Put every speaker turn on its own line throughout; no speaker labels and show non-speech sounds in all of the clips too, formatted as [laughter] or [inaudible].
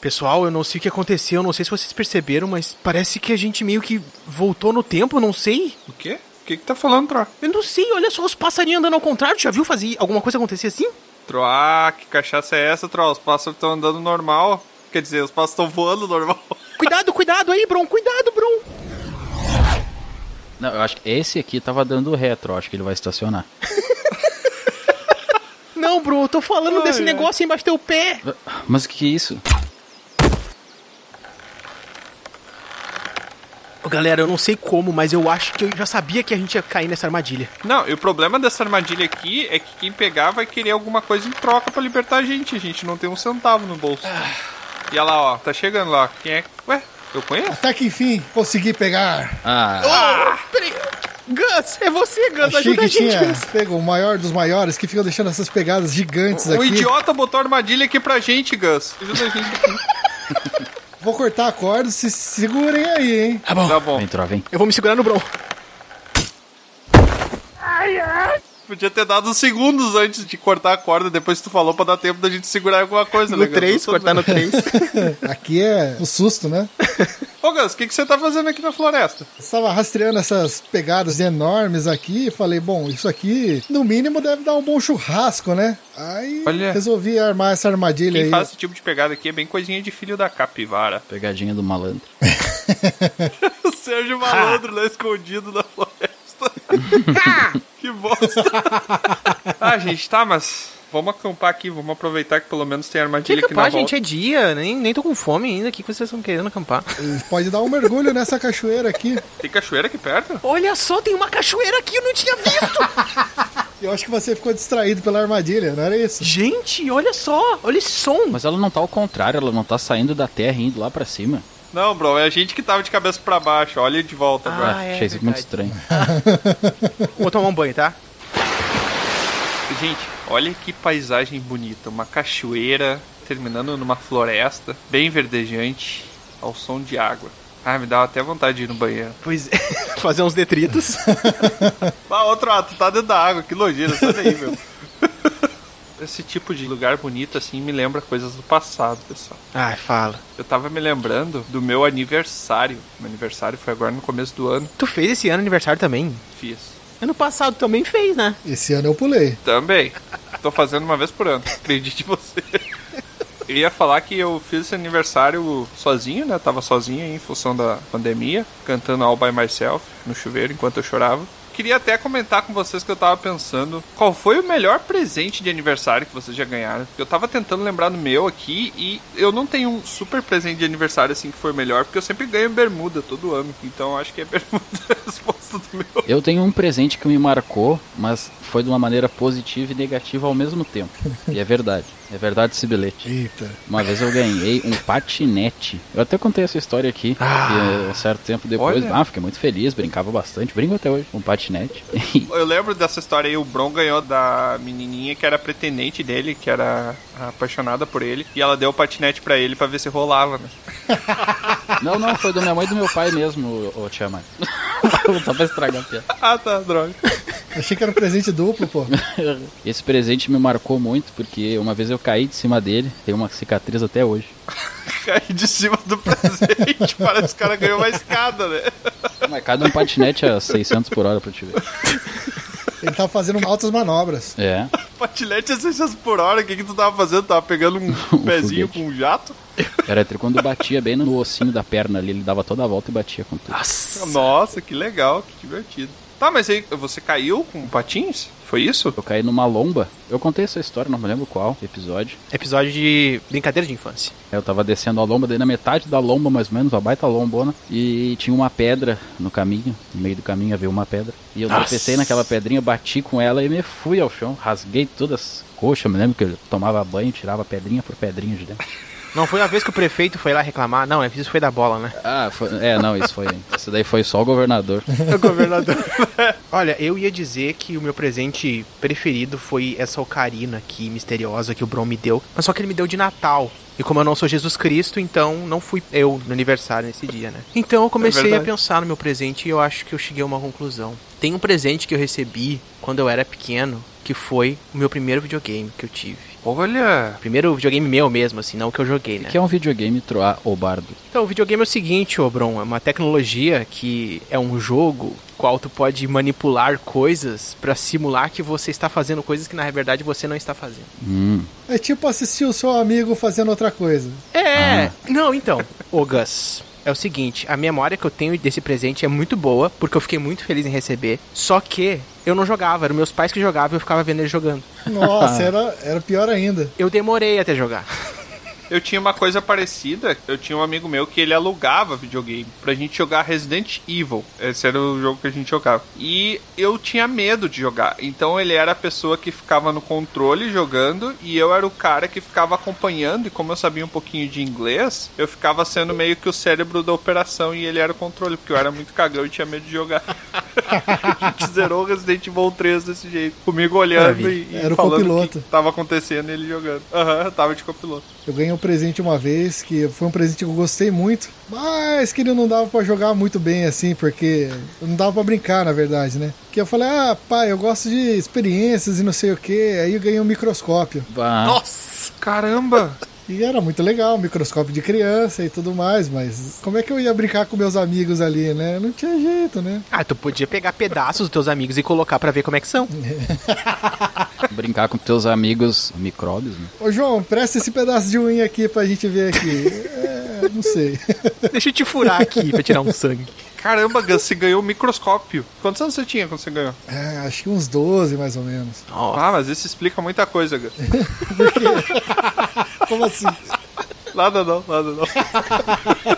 Pessoal, eu não sei o que aconteceu, não sei se vocês perceberam, mas parece que a gente meio que voltou no tempo, não sei.
O quê? O que que tá falando, Troá?
Eu não sei, olha só os passarinhos andando ao contrário, já viu fazer alguma coisa acontecer assim?
Troá, que cachaça é essa, Troá? Os pássaros estão andando normal. Quer dizer, os pássaros estão voando normal. [laughs]
Cuidado, cuidado aí, Bron, cuidado, Bron.
Não, eu acho que esse aqui tava dando retro, acho que ele vai estacionar.
Não, Bron, eu tô falando desse
ai.
negócio aí embaixo do teu pé.
Mas o que é isso?
Ô, Galera, eu não sei como, mas eu acho que eu já sabia que a gente ia cair nessa armadilha.
Não, e o problema dessa armadilha aqui é que quem pegar vai querer alguma coisa em troca pra libertar a gente. A gente não tem um centavo no bolso. E olha lá, ó, tá chegando lá. Quem é? Ué, eu conheço?
Até que enfim, consegui pegar.
Ah,
Peraí. Gus, é você, Gus,
Achei
ajuda a
que
gente,
tinha
Gus.
pego o maior dos maiores, que fica deixando essas pegadas gigantes
O
aqui.
Um idiota botou a armadilha aqui pra gente, Gus. Ajuda a gente aqui.
Vou cortar a corda, se segurem aí, hein?
Tá bom,
Tá bom.
vem, Tro, vem.
eu vou me segurar no [laughs] Bron.
Podia ter dado uns segundos antes de cortar a corda, depois tu falou pra dar tempo da gente segurar alguma coisa, né,
No
Gus?
3,
Tô-
cortar no 3.
Aqui é o susto, né?
[laughs] Ô, Gus, o que, que você tá fazendo aqui na floresta?
Estava rastreando essas pegadas enormes aqui e falei, bom, isso aqui, no mínimo, deve dar um bom churrasco, né? Aí
Olha.
resolvi armar essa armadilha
Quem
aí.
faz esse tipo de pegada aqui é bem coisinha de filho da capivara. [laughs]
Pegadinha do malandro.
O Sérgio Malandro lá escondido na floresta. [laughs]
[laughs]
que bosta. ah, gente, tá, mas vamos acampar aqui, vamos aproveitar que pelo menos tem
Que
armadilha aqui na
acampar,
volta.
gente, é dia, nem, nem tô com fome ainda, o que que vocês estão querendo acampar?
Pode dar um mergulho nessa cachoeira aqui.
Tem cachoeira aqui perto?
Olha só, tem uma cachoeira aqui, eu não tinha visto!
Eu acho que você ficou distraído pela armadilha, não era isso?
gente, olha só, olha esse som!
Mas ela não tá ao contrário, ela não tá saindo da terra e indo lá pra cima.
Não, bro, é a gente que tava de cabeça pra baixo. Olha de volta, bro.
Ah, é
Achei isso muito
verdade.
estranho.
Vou tomar um banho, tá?
Gente, olha que paisagem bonita. Uma cachoeira terminando numa floresta, bem verdejante, ao som de água. Ah, me dá até vontade de ir no banheiro.
Pois é, [laughs] fazer uns detritos.
Ah, outro ato, tá dentro da água, que nojeira, sai daí, meu. [laughs] Esse tipo de lugar bonito, assim, me lembra coisas do passado, pessoal.
Ai, fala.
Eu tava me lembrando do meu aniversário. Meu aniversário foi agora no começo do ano,
Tu fez esse ano aniversário também?
fiz.
Ano passado também fez, né?
Esse ano eu pulei.
Também. Tô fazendo uma vez por ano, acredite você. Eu ia falar que eu fiz esse aniversário sozinho, né? Tava sozinho aí em função da pandemia, cantando All By Myself no chuveiro enquanto eu chorava. Queria até comentar com vocês que eu tava pensando qual foi o melhor presente de aniversário que vocês já ganharam. Eu tava tentando lembrar do meu aqui e eu não tenho um super presente de aniversário assim que foi o melhor, porque eu sempre ganho bermuda todo ano. Então eu acho que é bermuda [laughs] a resposta do meu.
Eu tenho um presente que me marcou, mas foi de uma maneira positiva e negativa ao mesmo tempo. E é verdade. É verdade esse bilhete.
Eita.
Uma vez eu ganhei um patinete. Eu até contei essa história aqui.
Ah!
que, eh, um certo tempo depois,
olha.
ah, fiquei muito feliz, brincava bastante, brinco até hoje. Um patinete. [laughs] E
Eu lembro dessa história aí, o Bron ganhou da menininha que era pretendente dele, que era apaixonada por ele, e ela deu o patinete pra ele pra ver se rolava, né? [laughs]
não, não, foi da minha mãe e do meu pai mesmo, ô ô, Tia Mãe. [laughs] Só pra estragar a piada.
Ah, tá, droga. [laughs]
Achei que era um presente duplo, pô.
Esse presente me marcou muito porque uma vez eu caí de cima dele, tem uma cicatriz até hoje.
Caí de cima do [laughs] presente, parece que o cara ganhou uma escada, né? [laughs]
Mas cada um patinete a 600 por hora pra te ver.
Ele tava fazendo altas manobras.
É.
Patinete a 600 por hora, o que que tu tava fazendo? Tava pegando um, pezinho
foguete.
com um jato?
Era entre quando batia bem no ossinho da perna ali, ele dava toda a volta e batia com tudo.
Nossa, que legal, que divertido. Tá, mas aí você caiu com patins? Foi isso?
Eu caí numa lomba. Eu contei essa história, não me lembro qual episódio.
Episódio de brincadeira de infância.
É, Eu tava descendo a lomba, daí na metade da lomba, mais ou menos, uma baita lombona. E tinha uma pedra no caminho, no meio do caminho havia uma pedra. E eu
Nossa.
tropecei naquela pedrinha, bati com ela e me fui ao chão. Rasguei todas as coxas, eu me lembro que eu tomava banho, tirava pedrinha por pedrinha de dentro.
Não foi a vez que o prefeito foi lá reclamar? Não, isso foi da bola, né?
Ah, foi... é, não, isso foi... Isso daí foi só o governador. [laughs]
[laughs] O governador. Olha, eu ia dizer que o meu presente preferido foi essa ocarina aqui misteriosa que o Bron me deu, mas só que ele me deu de Natal. E como eu não sou Jesus Cristo, então não fui eu no aniversário nesse dia, né? Então eu comecei a
verdade.
pensar no meu presente e eu acho que eu cheguei a uma conclusão. Tem um presente que eu recebi quando eu era pequeno, que foi o meu primeiro videogame que eu tive.
Olha!
Primeiro videogame meu mesmo, assim, não o que eu joguei, né?
Que é um videogame Troar ou Bardo.
Então, o videogame é o seguinte, ô Bron, é uma tecnologia que é um jogo qual tu pode manipular coisas pra simular que você está fazendo coisas que na verdade você não está fazendo.
Hum.
É tipo assistir o seu amigo fazendo outra coisa.
É, não, então, ô Gus, é o seguinte, a memória que eu tenho desse presente é muito boa, porque eu fiquei muito feliz em receber, só que eu não jogava, eram meus pais que jogavam e eu ficava vendo eles jogando.
Nossa, era, era pior ainda.
Eu demorei até jogar. [laughs]
Eu tinha uma coisa parecida. Eu tinha um amigo meu que ele alugava videogame pra gente jogar Resident Evil. Esse era o jogo que a gente jogava. E eu tinha medo de jogar. Então ele era a pessoa que ficava no controle jogando e eu era o cara que ficava acompanhando. E como eu sabia um pouquinho de inglês, eu ficava sendo meio que o cérebro da operação e ele era o controle, porque eu era muito cagão e tinha medo de jogar. [laughs] a gente zerou o Resident Evil 3 desse jeito. Comigo olhando e, e
Era o
falando o que
copiloto.
tava acontecendo e ele jogando. Aham, eu tava de copiloto.
Eu ganhei um presente uma vez, que foi um presente que eu gostei muito, mas que ele não dava pra jogar muito bem assim, porque não dava pra brincar, na verdade, né? Que eu falei, ah, pai, eu gosto de experiências e não sei o que, aí eu ganhei um microscópio.
Bah.
Nossa!
Caramba!
E era muito legal, um microscópio de criança e tudo mais, mas como é que eu ia brincar com meus amigos ali, né? Não tinha jeito, né?
Ah, tu podia pegar pedaços dos teus amigos e colocar pra ver como é que são.
Brincar com teus amigos micróbios, né?
Ô João, presta esse pedaço de unha aqui pra gente ver aqui. É, não sei.
Deixa eu te furar aqui pra tirar um sangue.
Caramba, Gus, você ganhou um microscópio. Quantos anos você tinha quando você ganhou?
[laughs] É, acho que uns 12 mais ou menos.
Nossa.
Ah, mas isso explica muita coisa, Gus.
Como assim?
Nada não, nada
[laughs]
não.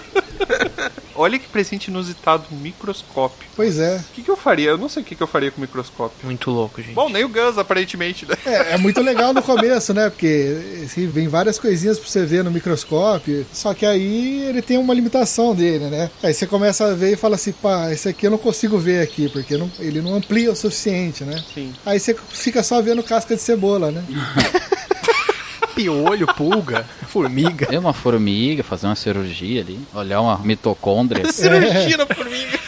Olha que presente inusitado, um microscópio.
Pois é.
O que, que eu faria? Eu não sei o que, que eu faria com o microscópio.
Muito louco, gente.
Bom, nem o Gus, aparentemente, né?
É, é muito legal no começo, né? Porque assim, vem várias coisinhas pra você ver no microscópio. Só que aí ele tem uma limitação dele, né? Aí você começa a ver e fala assim, pá, esse aqui eu não consigo ver aqui, porque não- ele não amplia o suficiente, né?
Sim.
Aí você fica só vendo casca de cebola, né?
Piolho, pulga, formiga.
É uma formiga, fazer uma cirurgia ali, olhar uma mitocôndria. [laughs]
É.
Cirurgia na formiga.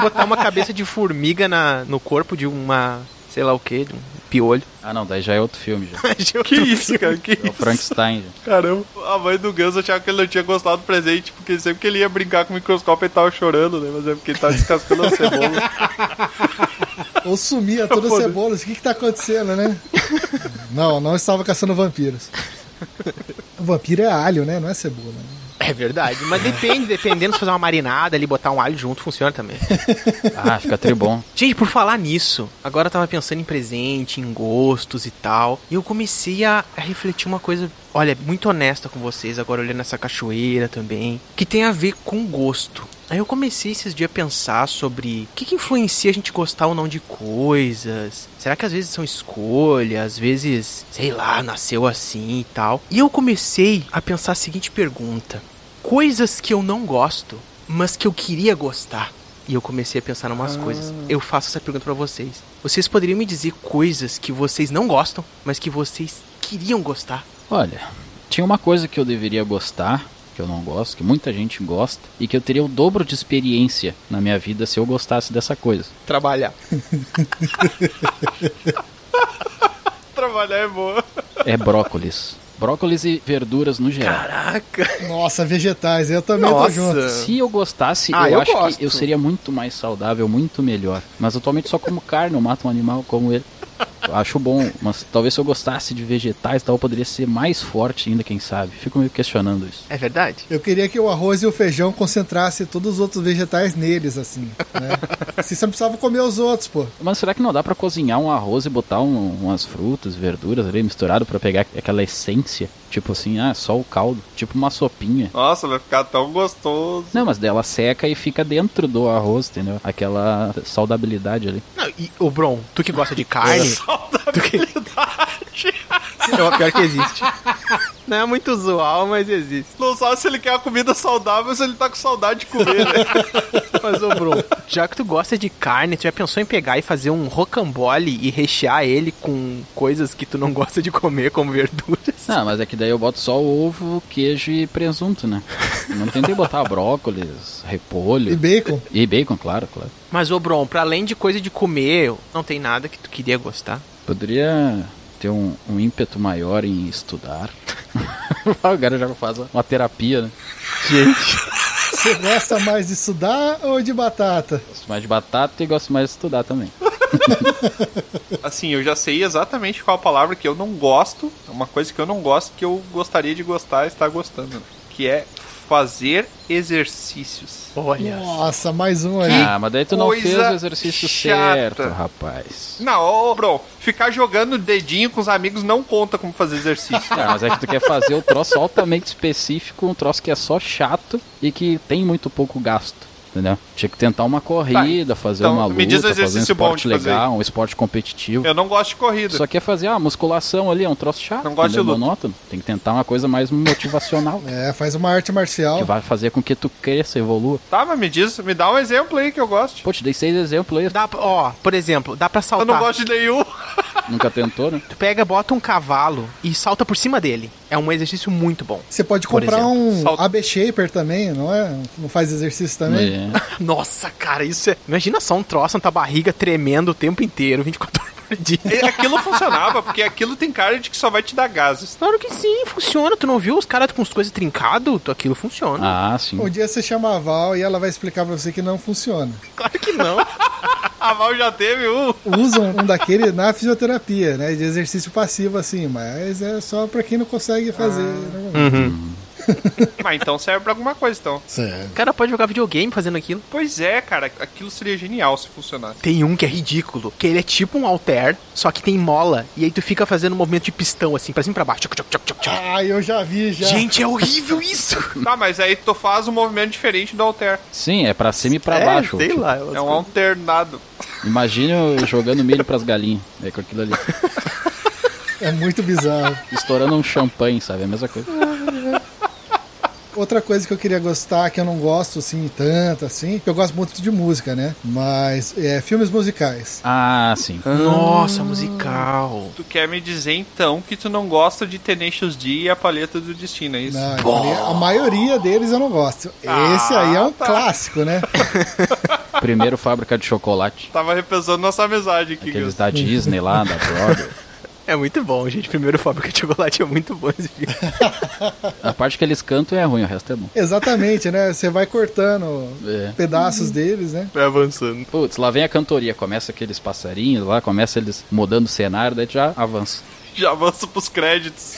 Botar uma cabeça de formiga na, no corpo de uma, sei lá o que, de um piolho.
Ah não, daí já é outro filme já.
Que isso, cara? Que
É o
isso?
Frankenstein. já.
Caramba. A mãe do Gus achava que ele não tinha gostado do presente, porque sempre que ele ia brincar com o microscópio ele tava chorando, né? Mas é porque ele tava descascando a
[laughs]
cebola.
Ou
Ah,
sumia todas as cebolas. O que que tá acontecendo, né? Não, não estava
[laughs]
caçando vampiros. O vampiro é alho, né? Não é cebola. né?
É verdade, mas depende, dependendo se fazer uma marinada ali, botar um alho junto, funciona também.
Ah, fica tribom.
Gente, por falar nisso, agora eu tava pensando em presente, em gostos e tal, e eu comecei a a refletir uma coisa, olha, muito honesta com vocês, agora olhando essa cachoeira também, que tem a ver com gosto. Aí eu comecei esses dias a pensar sobre o que, que influencia a gente gostar ou não de coisas. Será que às vezes são escolhas, às vezes, sei lá, nasceu assim e tal. E eu comecei a pensar a seguinte pergunta: coisas que eu não gosto, mas que eu queria gostar. E eu comecei a pensar em umas coisas. Eu faço essa pergunta pra vocês. Vocês poderiam me dizer coisas que vocês não gostam, mas que vocês queriam gostar?
Olha, tinha uma coisa que eu deveria gostar, que eu não gosto, que muita gente gosta, e que eu teria o dobro de experiência na minha vida se eu gostasse dessa coisa.
Trabalhar.
Trabalhar é boa.
É brócolis. Brócolis e verduras no geral.
Caraca.
Nossa, vegetais. Eu também tô junto.
Se eu gostasse,
Ah,
eu,
eu
acho
gosto.
que eu seria muito mais saudável, muito melhor. Mas atualmente só como carne, eu mato um animal como ele. Eu acho bom, mas talvez se eu gostasse de vegetais e tal, eu poderia ser mais forte ainda, quem sabe. Fico me questionando isso.
É verdade?
Eu queria que o arroz e o feijão concentrasse todos os outros vegetais neles, assim, né?
[laughs]
assim você não precisava comer os outros, pô.
Mas será que não dá pra cozinhar um arroz e botar um- umas frutas, verduras ali misturado pra pegar aquela essência? Tipo assim, ah, só o caldo, tipo uma sopinha.
Nossa, vai ficar tão gostoso.
Não, mas dela seca e fica dentro do arroz, entendeu? Aquela saudabilidade ali.
Não, e o Bron, tu que gosta de [laughs] carne. Saudabilidade. É o pior que existe. Não é muito usual, mas existe.
Não sabe se ele quer a comida saudável ou se ele tá com saudade de comer, né?
Mas, ô, Tá um, Bruno, [laughs] já que tu gosta de carne, tu já pensou em pegar e fazer um rocambole e rechear ele com coisas que tu não gosta de comer, como [laughs] verduras?
Não, mas é que daí eu boto só ovo, queijo e presunto, né? Não tentei botar brócolis,
E
repolho.
bacon.
E bacon, claro, claro.
Mas, ô, Bron, pra além de coisa de comer, não tem nada que tu queria gostar?
Poderia ter ter um, um ímpeto maior em estudar. [laughs] o cara já faz uma terapia, né?
Gente.
Você gosta mais de estudar ou de batata?
Gosto mais de batata e gosto mais de estudar também.
[laughs] Assim, eu já sei exatamente qual a palavra que eu não gosto, uma coisa que eu não gosto, que eu gostaria de gostar e estar gostando, que é fazer exercícios.
Olha.
Nossa, mais um aí.
Ah, mas daí tu não
coisa
fez o exercício
chata.
certo, rapaz.
Não, ô, bro, ficar jogando dedinho com os amigos não conta como fazer exercício. [laughs]
Ah, mas é que tu quer fazer o troço altamente específico, um troço que é só chato e que tem muito pouco gasto. Entendeu? Tinha que tentar uma corrida, fazer
então,
uma luta,
me diz um
fazer um
exercício bom
esporte
de fazer.
legal, um esporte competitivo.
Eu não gosto de corrida.
Só quer fazer, ah, musculação ali, é um troço chato,
Não gosto de
entendeu?
luta.
monótono. Tem que tentar uma coisa mais motivacional, né?
É, faz uma arte
que
marcial.
vai fazer com que tu cresça, evolua.
Tá, mas me diz, me dá um exemplo aí que eu gosto.
Pô, te dei seis exemplos aí,
Dá pra- ó, por exemplo, dá pra
Eu
saltar.
não gosto de nenhum.
nunca tentou, né?
Tu pega, bota um cavalo e salta por cima dele. É um exercício muito bom.
Você pode
Por
comprar
exemplo,
um
salto.
AB Shaper também, não é? Não faz exercício também?
É.
Nossa, cara, isso é. Imagina só um troço na tua barriga tremendo o tempo inteiro, 24 horas por dia.
E Aquilo [laughs] funcionava, porque aquilo tem cara de que só vai te dar gases.
[laughs] Claro que sim, funciona. Tu não viu os caras com as coisas trincado? Tu- Aquilo funciona.
Ah, sim.
Um dia você chama a Val e ela vai explicar pra você que não funciona.
Claro que não.
A Val Ah, já teve um.
Usa um daquele na fisioterapia, né? De exercício passivo, assim, mas é só pra quem não consegue fazer. né? normalmente.
Mas então serve pra alguma coisa, então.
[laughs] O cara pode jogar videogame fazendo aquilo.
Pois é, cara, aquilo seria genial se funcionasse.
Tem um que é ridículo, que ele é tipo um alter, só que tem mola, e aí tu fica fazendo um movimento de pistão, assim, pra cima e pra baixo. Tchoc, tchoc, tchoc, tchoc, tchoc.
Ah, eu já vi, já.
Gente, é horrível [laughs] isso!
Tá, mas aí tu faz um movimento diferente do alter.
Sim, é pra cima e pra
é,
baixo.
sei
tipo,
lá.
É um alternado.
Imagina eu jogando milho pras galinhas. É com aquilo ali.
É muito bizarro.
Estourando um champanhe, sabe? É a mesma coisa.
Outra coisa que eu queria gostar, que eu não gosto, assim, tanto, assim, que eu gosto muito de música, né? Mas, é, filmes musicais.
Ah, sim.
Nossa, musical.
Tu quer me dizer então que tu não gosta de Tenacious D e a paleta do destino, é isso?
Não, Ah, eu falei, a maioria deles eu não gosto. Esse
Ah,
aí é um
tá.
clássico, né?
Primeiro fábrica de chocolate.
Tava repensando nossa amizade aqui,
Aqueles
Gus.
da Disney lá, da Broadway.
É muito bom, gente. Primeiro Fábrica de Chocolate é muito bom esse filme.
A parte que eles cantam é ruim, o resto é bom.
Exatamente, né? Você vai cortando
É.
pedaços deles, né?
Vai avançando.
Putz, lá vem a cantoria. Começa aqueles passarinhos lá, começa eles mudando o cenário, daí tu já avança.
Já avanço pros créditos.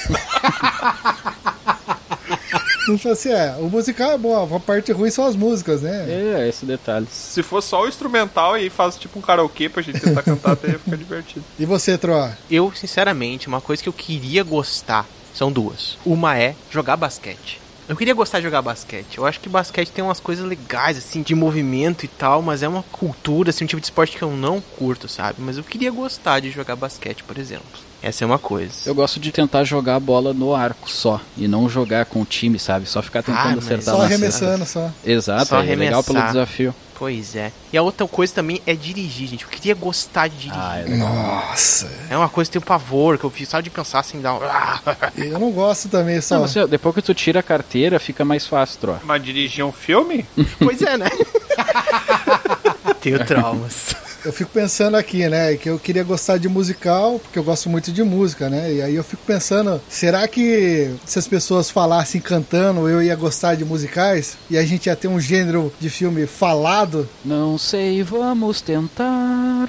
Não sei se é. O musical é bom, a parte ruim são as músicas, né?
É, esse detalhe.
Se for só o instrumental e faz tipo um karaokê pra gente tentar cantar até ficar divertido.
E você, Tro?
Eu, sinceramente, uma coisa que eu queria gostar são duas. Uma é jogar basquete. Eu queria gostar de jogar basquete. Eu acho que basquete tem umas coisas legais, assim, de movimento e tal, mas é uma cultura, assim, um tipo de esporte que eu não curto, sabe? Mas eu queria gostar de jogar basquete, por exemplo. Essa é uma coisa.
Eu gosto de tentar jogar a bola no arco só. E não jogar com o time, sabe? Só ficar
Ah,
tentando
mas-
acertar
Só
na
arremessando, só.
cesta. Exato,
Só
é legal
arremessar.
pelo desafio.
Pois é. E a outra coisa também é dirigir, gente. Eu queria gostar de dirigir.
Ah, é legal.
Nossa.
é uma coisa que eu tenho pavor, que eu fiz só de pensar assim, dá um... [laughs]
Eu não gosto também, só.
Não, mas, ó, depois que tu tira a carteira, fica mais fácil, troca.
Mas dirigir um filme?
Pois é, né? [laughs] Tenho traumas.
Eu fico pensando aqui, né, que eu queria gostar de musical, porque eu gosto muito de música, né? E aí eu fico pensando, será que se as pessoas falassem cantando, eu ia gostar de musicais? E a gente ia ter um gênero de filme falado? [laughs]
Não sei, vamos tentar.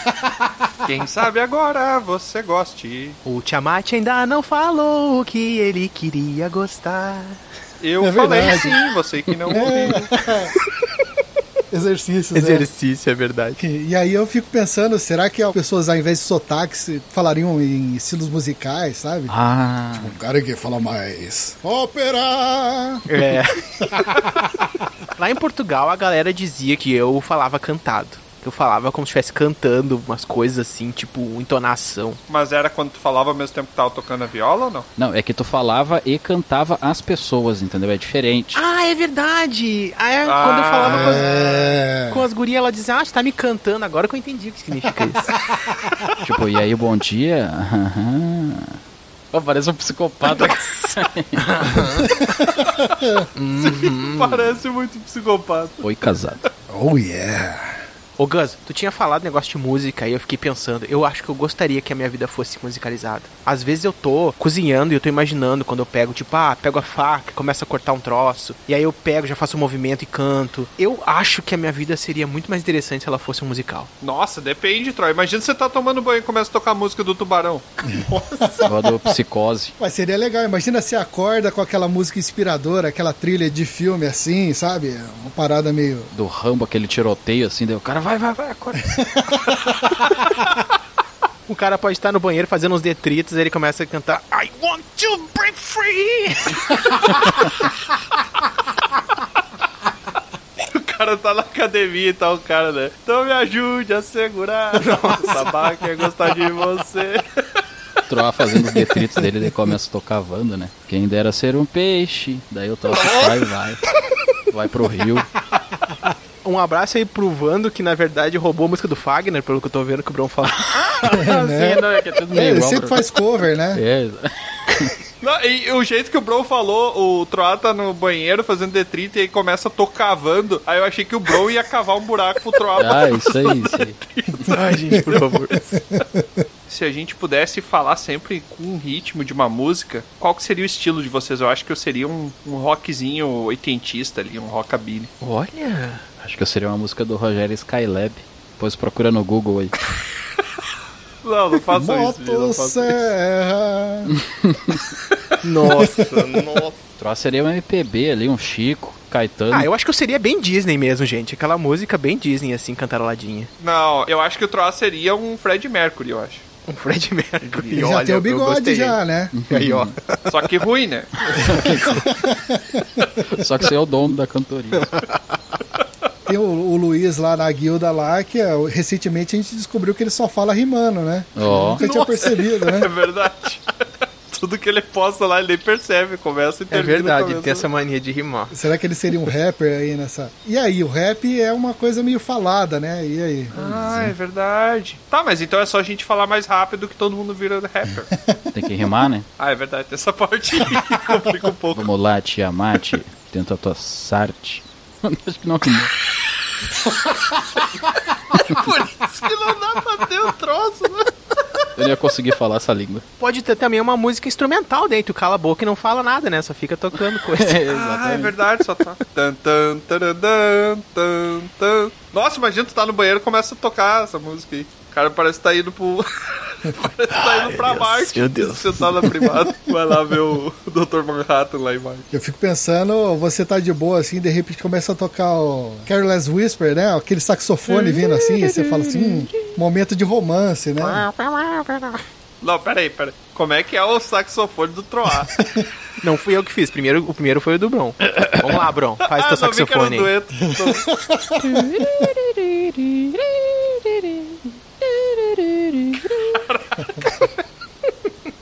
[laughs]
Quem sabe agora você goste.
O Tiamat ainda não falou o que ele queria gostar.
Eu
É
falei
verdade. É.
sim, você que
[laughs]
não ouviu.
Exercícios, né?
Exercício, é verdade.
E aí eu fico pensando, será que as pessoas, ao invés de sotaques, falariam em estilos musicais, sabe?
Ah,
Um cara que fala mais... Ópera!
[laughs] É. Lá em Portugal, a galera dizia que eu falava cantado. Que eu falava como se estivesse cantando umas coisas assim, tipo, entonação.
Mas era quando tu falava ao mesmo tempo que tava tocando a viola ou não?
não, é que tu falava e cantava as pessoas, entendeu? É [laughs] diferente.
Ah, é verdade! Ah, é, quando eu
Ah,
falava com as,
É...
com as gurias, ela dizia, ah, você tá me cantando agora que eu entendi o que [laughs] significa isso.
Tipo, e aí, bom [laughs] dia? Aham. Ó, parece um psicopata.
Hum. [laughs] Parece muito psicopata.
[laughs] Oi, casado.
Oh yeah!
Ô Gus, tu tinha falado negócio de música e eu fiquei pensando, eu acho que eu gostaria que a minha vida fosse musicalizada. Às vezes eu tô cozinhando e eu tô imaginando quando eu pego, tipo, ah, pego a faca, começo a cortar um troço, e aí eu pego, já faço um movimento e canto. Eu acho que a minha vida seria muito mais interessante se ela fosse um musical.
Nossa, depende, Troy. Imagina você tá tomando banho e começa a tocar a música do tubarão.
Igual do psicose.
Mas seria legal, imagina se acorda com aquela música inspiradora, aquela trilha de filme assim, sabe? Uma parada meio.
Do Rambo, aquele tiroteio assim, daí o cara vai, vai, vai, acorda.
O Um cara pode estar no banheiro fazendo uns detritos, ele começa a cantar I want to break free!
[laughs] O cara tá na academia e tá o cara, né? Então me ajude a segurar. Nossa, babaca ia gostar de você.
Troa fazendo os detritos dele, daí começa a tocar a Wanda, né? Quem dera ser um peixe. Daí o Troa vai, vai. Vai pro rio.
Um abraço aí pro Vando, que na verdade roubou a música do Fagner, pelo que eu tô vendo que o Bruno fala.
Sim, não, é que é tudo
É,
meio
ele
igual,
sempre
Troa.
faz
[laughs]
cover, né?
É,
Não, e o jeito que o Bro falou, o Troá tá no banheiro fazendo detrito e aí começa tocavando. Aí eu achei que o Bro ia cavar um buraco pro Troá.
[laughs] ah, isso aí, isso aí.
[laughs] Ai, gente, por favor.
Se a gente pudesse falar sempre com o ritmo de uma música, qual que seria o estilo de vocês? Eu acho que eu seria um, um rockzinho oitentista ali, um rockabilly.
Olha.
Acho que eu seria uma música do Rogério Skylab. Depois procura no Google aí.
Não, não façam isso, gente, não façam isso.
Motosserra.
Nossa, nossa.
Troa seria um MPB ali, um Chico, Caetano.
Ah, eu acho que eu seria bem Disney mesmo, gente. Aquela música bem Disney, assim, cantaroladinha.
Não, eu acho que o Troá seria um Fred Mercury, eu acho.
Um Fred Mercury.
Ele já
olha,
tem o
eu
bigode
gostei.
já, né?
Aí,
[laughs]
ó. É
Só que ruim, né?
Só que você é o dono da cantoria.
Tem o, o Luiz lá na guilda lá, que é, o- recentemente a gente descobriu que ele só fala rimando, né?
Ó.
Nunca tinha
Nossa.
percebido,
É [laughs]
né?
verdade. Tudo que ele posta lá, ele nem percebe. Começa e
É
termina.
verdade,
começa-
tem essa mania de rimar.
Será que ele seria um rapper aí nessa. E aí, o rap é uma coisa meio falada, né? E aí?
Ah, é verdade. Tá, mas então é só a gente falar mais rápido que todo mundo vira rapper.
Tem que rimar, né?
[laughs] ah, é verdade. Tem essa parte aí que complica um pouco.
Vamos lá, Tiamat. Tenta a tua sarte. [laughs] Acho que não rimou.
[laughs] Por isso que não dá pra ter o troço, né?
Eu não ia conseguir falar essa língua.
Pode ter também uma música instrumental dentro. Cala a boca e não fala nada, né? Só fica tocando
[laughs]
coisa.
Ah, é verdade, só tá. [laughs] Tan, tan, taradan, tan, tan. Nossa, imagina tu tá no banheiro e começa a tocar essa música aí. O cara parece que tá indo pro. [laughs] parece que tá indo pra Marte.
meu Deus.
Você tá na privada. [laughs] Vai lá ver o Dr. Manhattan lá em Marte.
Eu fico pensando, você tá de boa assim, de repente começa a tocar o Careless Whisper, né? Aquele saxofone vindo assim, e você fala assim, hum, momento de romance, né?
Não, peraí, peraí. Como é que é o saxofone do [laughs] Troá?
Não fui eu que fiz. Primeiro, o primeiro foi o do Bron. Vamos lá,
[laughs]
Bron. Faz teu
não vi que era um
saxofone aí.
dueto. Não. [laughs]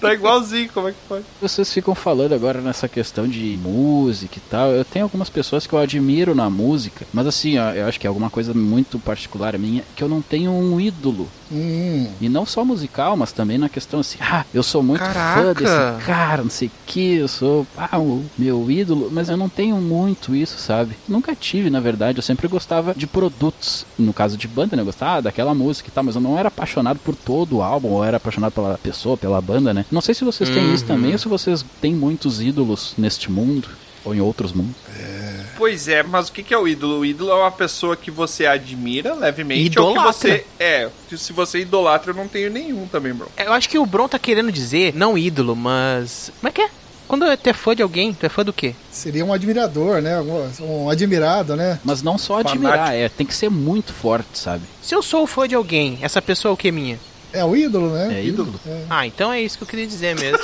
Tá igualzinho, como é que foi?
Vocês ficam falando agora nessa questão de música e tal. Eu tenho algumas pessoas que eu admiro na música, mas assim, ó, eu acho que é alguma coisa muito particular minha que eu não tenho um ídolo.
Hum,
E não só musical, mas também na questão assim, ah, eu sou muito fã
Caraca!
desse cara, não sei o que, eu sou ah, o meu ídolo, mas eu não tenho muito isso, sabe? Nunca tive, na verdade, eu sempre gostava de produtos. No caso de banda, né? Eu gostava daquela música e tal, mas eu não era apaixonado por todo o álbum, ou era apaixonado pela pessoa, pela banda, né? Não sei se vocês têm isso também, ou se vocês têm muitos ídolos neste mundo. Ou em outros mundos.
Pois é, mas o que que é o ídolo? O ídolo é uma pessoa que você admira levemente. Ou que
Idolatra.
você, é, que se você idolatra, eu não tenho nenhum também, bro.
Eu acho que o Bron tá querendo dizer, não ídolo, mas. Como é que é? Quando tu é fã de alguém, tu é fã do quê?
seria um admirador, né? Um- Um admirado, né?
Mas não só
Fanático.
admirar, é, tem que ser muito forte, sabe?
Se eu sou fã de alguém, essa pessoa é o que minha?
É o ídolo, né?
É ídolo.
Ah, então é isso que eu queria dizer
[laughs]
mesmo.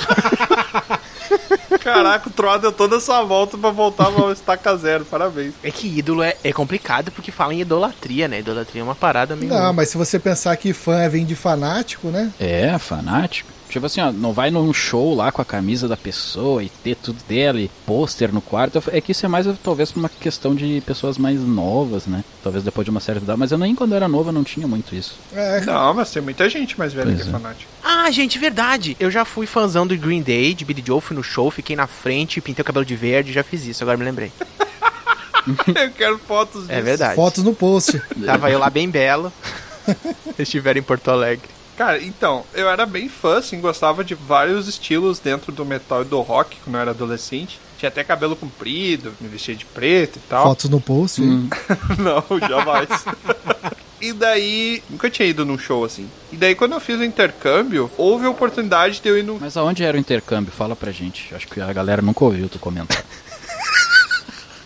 Caraca, o Troá deu toda essa volta pra voltar pra estaca zero. Parabéns.
é que ídolo é, é complicado porque fala em idolatria, né? Idolatria é uma parada meio.
Não, mas se você pensar que fã vem de fanático, né?
É, fanático. Tipo assim, ó, não vai num show lá com a camisa da pessoa e ter tudo dela e pôster no quarto. É que isso é mais talvez uma questão de pessoas mais novas, né? Talvez depois de uma certa idade, mas eu nem quando eu era novo eu não tinha muito isso.
É,
Não, mas tem muita gente mais velha
Pois
que é
é.
fanática.
Ah, gente, verdade. Eu já fui fãzão do Green Day, de Billy Joe, fui no show, fiquei na frente, pintei o cabelo de verde, já fiz isso, agora me lembrei.
[laughs] Eu quero fotos disso.
É verdade.
Fotos no post.
Tava eu lá bem belo. Estiveram em Porto Alegre.
Cara, então, eu era bem fã, assim, gostava de vários estilos dentro do metal e do rock quando eu era adolescente. Tinha até cabelo comprido, me vestia de preto e tal.
Fotos no post.
[laughs] Não, jamais. E daí, nunca tinha ido num show assim. E daí, quando eu fiz o intercâmbio, houve a oportunidade de eu ir num.
Mas aonde era o intercâmbio? Fala pra gente. Acho que a galera nunca ouviu tu
[laughs]
comentar.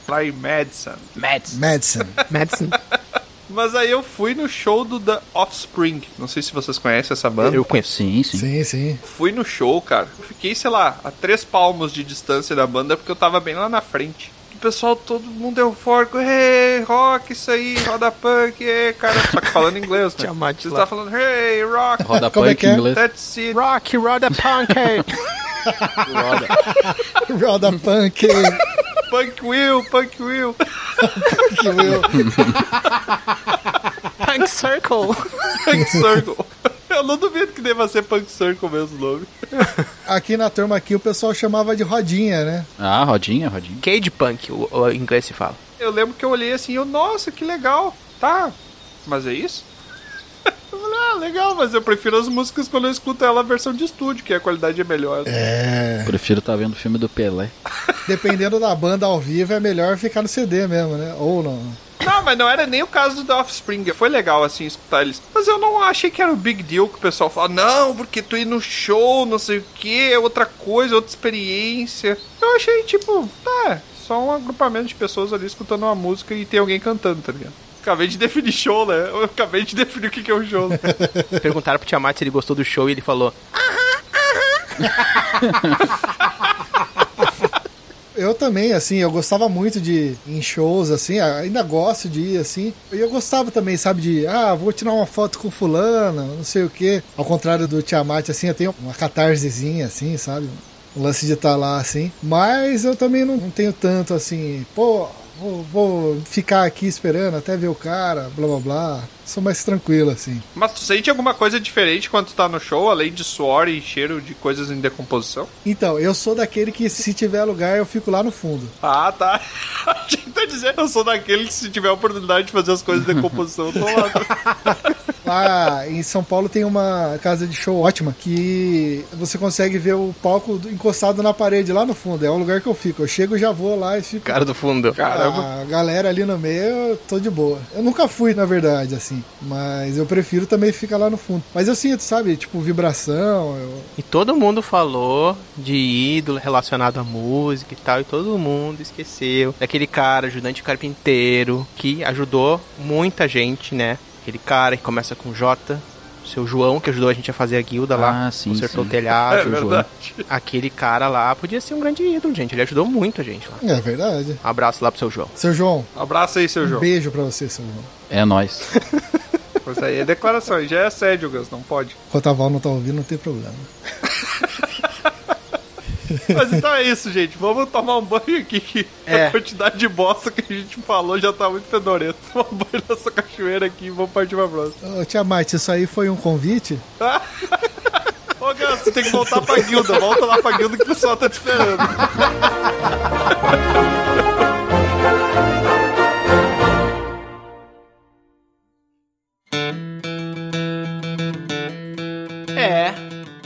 lá em Madison.
Mads.
Madison.
Madison.
Mas aí eu fui no show do The Offspring. Não sei se vocês conhecem essa banda.
Eu conheço.
Sim, sim.
Sim, sim.
Fui no show, cara. Eu fiquei, sei lá, a três palmos de distância da banda porque eu tava bem lá na frente. O pessoal, todo mundo eufórico. Hey, rock, isso aí, roda punk, hey, cara. Só que falando inglês, né?
Tiamat
Você
lá.
tá falando, hey, rock,
Roda
Como é
punk
que é?
em inglês.
that's it.
Rock, roda punk! eh?
Roda punk. [laughs]
Punk Will, Punk Will.
que meu.
[laughs] punk circle!
Punk Circle. [laughs] Eu não duvido que deva ser Punk Circle mesmo o nome.
Aqui na turma aqui o pessoal chamava de rodinha, né?
Ah, rodinha, rodinha.
Cage punk, o, o inglês se fala.
Eu lembro que eu olhei assim, eu, nossa, que legal. Tá, mas é isso? [laughs] Eu falei, ah, legal, mas eu prefiro as músicas quando eu escuto ela a versão de estúdio, que a qualidade é melhor.
É.
Prefiro estar tá vendo o filme do Pelé.
Dependendo da banda ao vivo, é melhor ficar no CD mesmo, né? Ou não.
Não, mas não era nem o caso do The Offspring. Foi legal, assim, escutar eles. Mas eu não achei que era o big deal que o pessoal fala, não, porque tu ir no show, não sei o que, é outra coisa, outra experiência. Eu achei, tipo, tá, só um agrupamento de pessoas ali escutando uma música e tem alguém cantando, tá ligado? Acabei de definir show, né? Eu acabei de definir o que que é um show.
Perguntaram pro Tiamat se ele gostou do show e ele falou:
Eu também, assim, eu gostava muito de ir em shows, assim, ainda gosto de ir, assim. E eu gostava também, sabe, de, ah, vou tirar uma foto com fulana, não sei o quê. Ao contrário do Tiamat, assim, eu tenho uma catarsezinha, assim, sabe? O lance de estar lá, assim. Mas eu também não, não tenho tanto, assim, pô, vou, vou ficar aqui esperando até ver o cara, blá, blá, blá. Sou mais tranquilo, assim.
[laughs] Mas tu sente alguma coisa diferente quando tu tá no show, além de suor e cheiro de coisas em decomposição?
Então, eu sou daquele que, se tiver lugar, eu fico lá no fundo.
Ah, tá. [laughs] A gente tá dizendo, eu sou daquele que se tiver a oportunidade de fazer as coisas em decomposição, eu tô lá.
Lá em São Paulo tem uma casa de show ótima que você consegue ver o palco do- encostado na parede lá no fundo. É o lugar que eu fico. Eu chego, já vou lá e fico.
Cara do fundo.
Caramba.
A galera ali no meio, eu tô de boa. Eu nunca fui, na verdade, assim. Mas eu prefiro também ficar lá no fundo. Mas eu sinto, sabe? Tipo, vibração. eu-
E todo mundo falou de ídolo relacionado à música e tal, e todo mundo esqueceu daquele cara, ajudante carpinteiro, que ajudou muita gente, né? Aquele cara que começa com J, seu João, que ajudou a gente a fazer a guilda lá,
Ah, sim,
consertou
sim.
o telhado.
É
o João.
verdade.
Aquele cara lá podia ser um grande ídolo, gente. Ele ajudou muita gente lá.
É verdade.
Um abraço lá pro seu João.
Seu João,
Abraço aí, seu
um
João.
beijo pra você, seu João.
É nóis.
Mas aí é declaração, aí já é assédio, Gus, não pode.
Enquanto a Val não tá ouvindo, não tem problema.
Mas então é isso, gente. Vamos tomar um banho aqui, que
É.
a quantidade de bosta que a gente falou já tá muito fedorento. Toma um banho nessa cachoeira aqui e vamos partir pra próxima.
Ô, Tia Mate, isso aí foi um convite?
Ô, Gus, você tem que voltar pra guilda. Volta lá pra guilda que o pessoal tá te esperando.
É,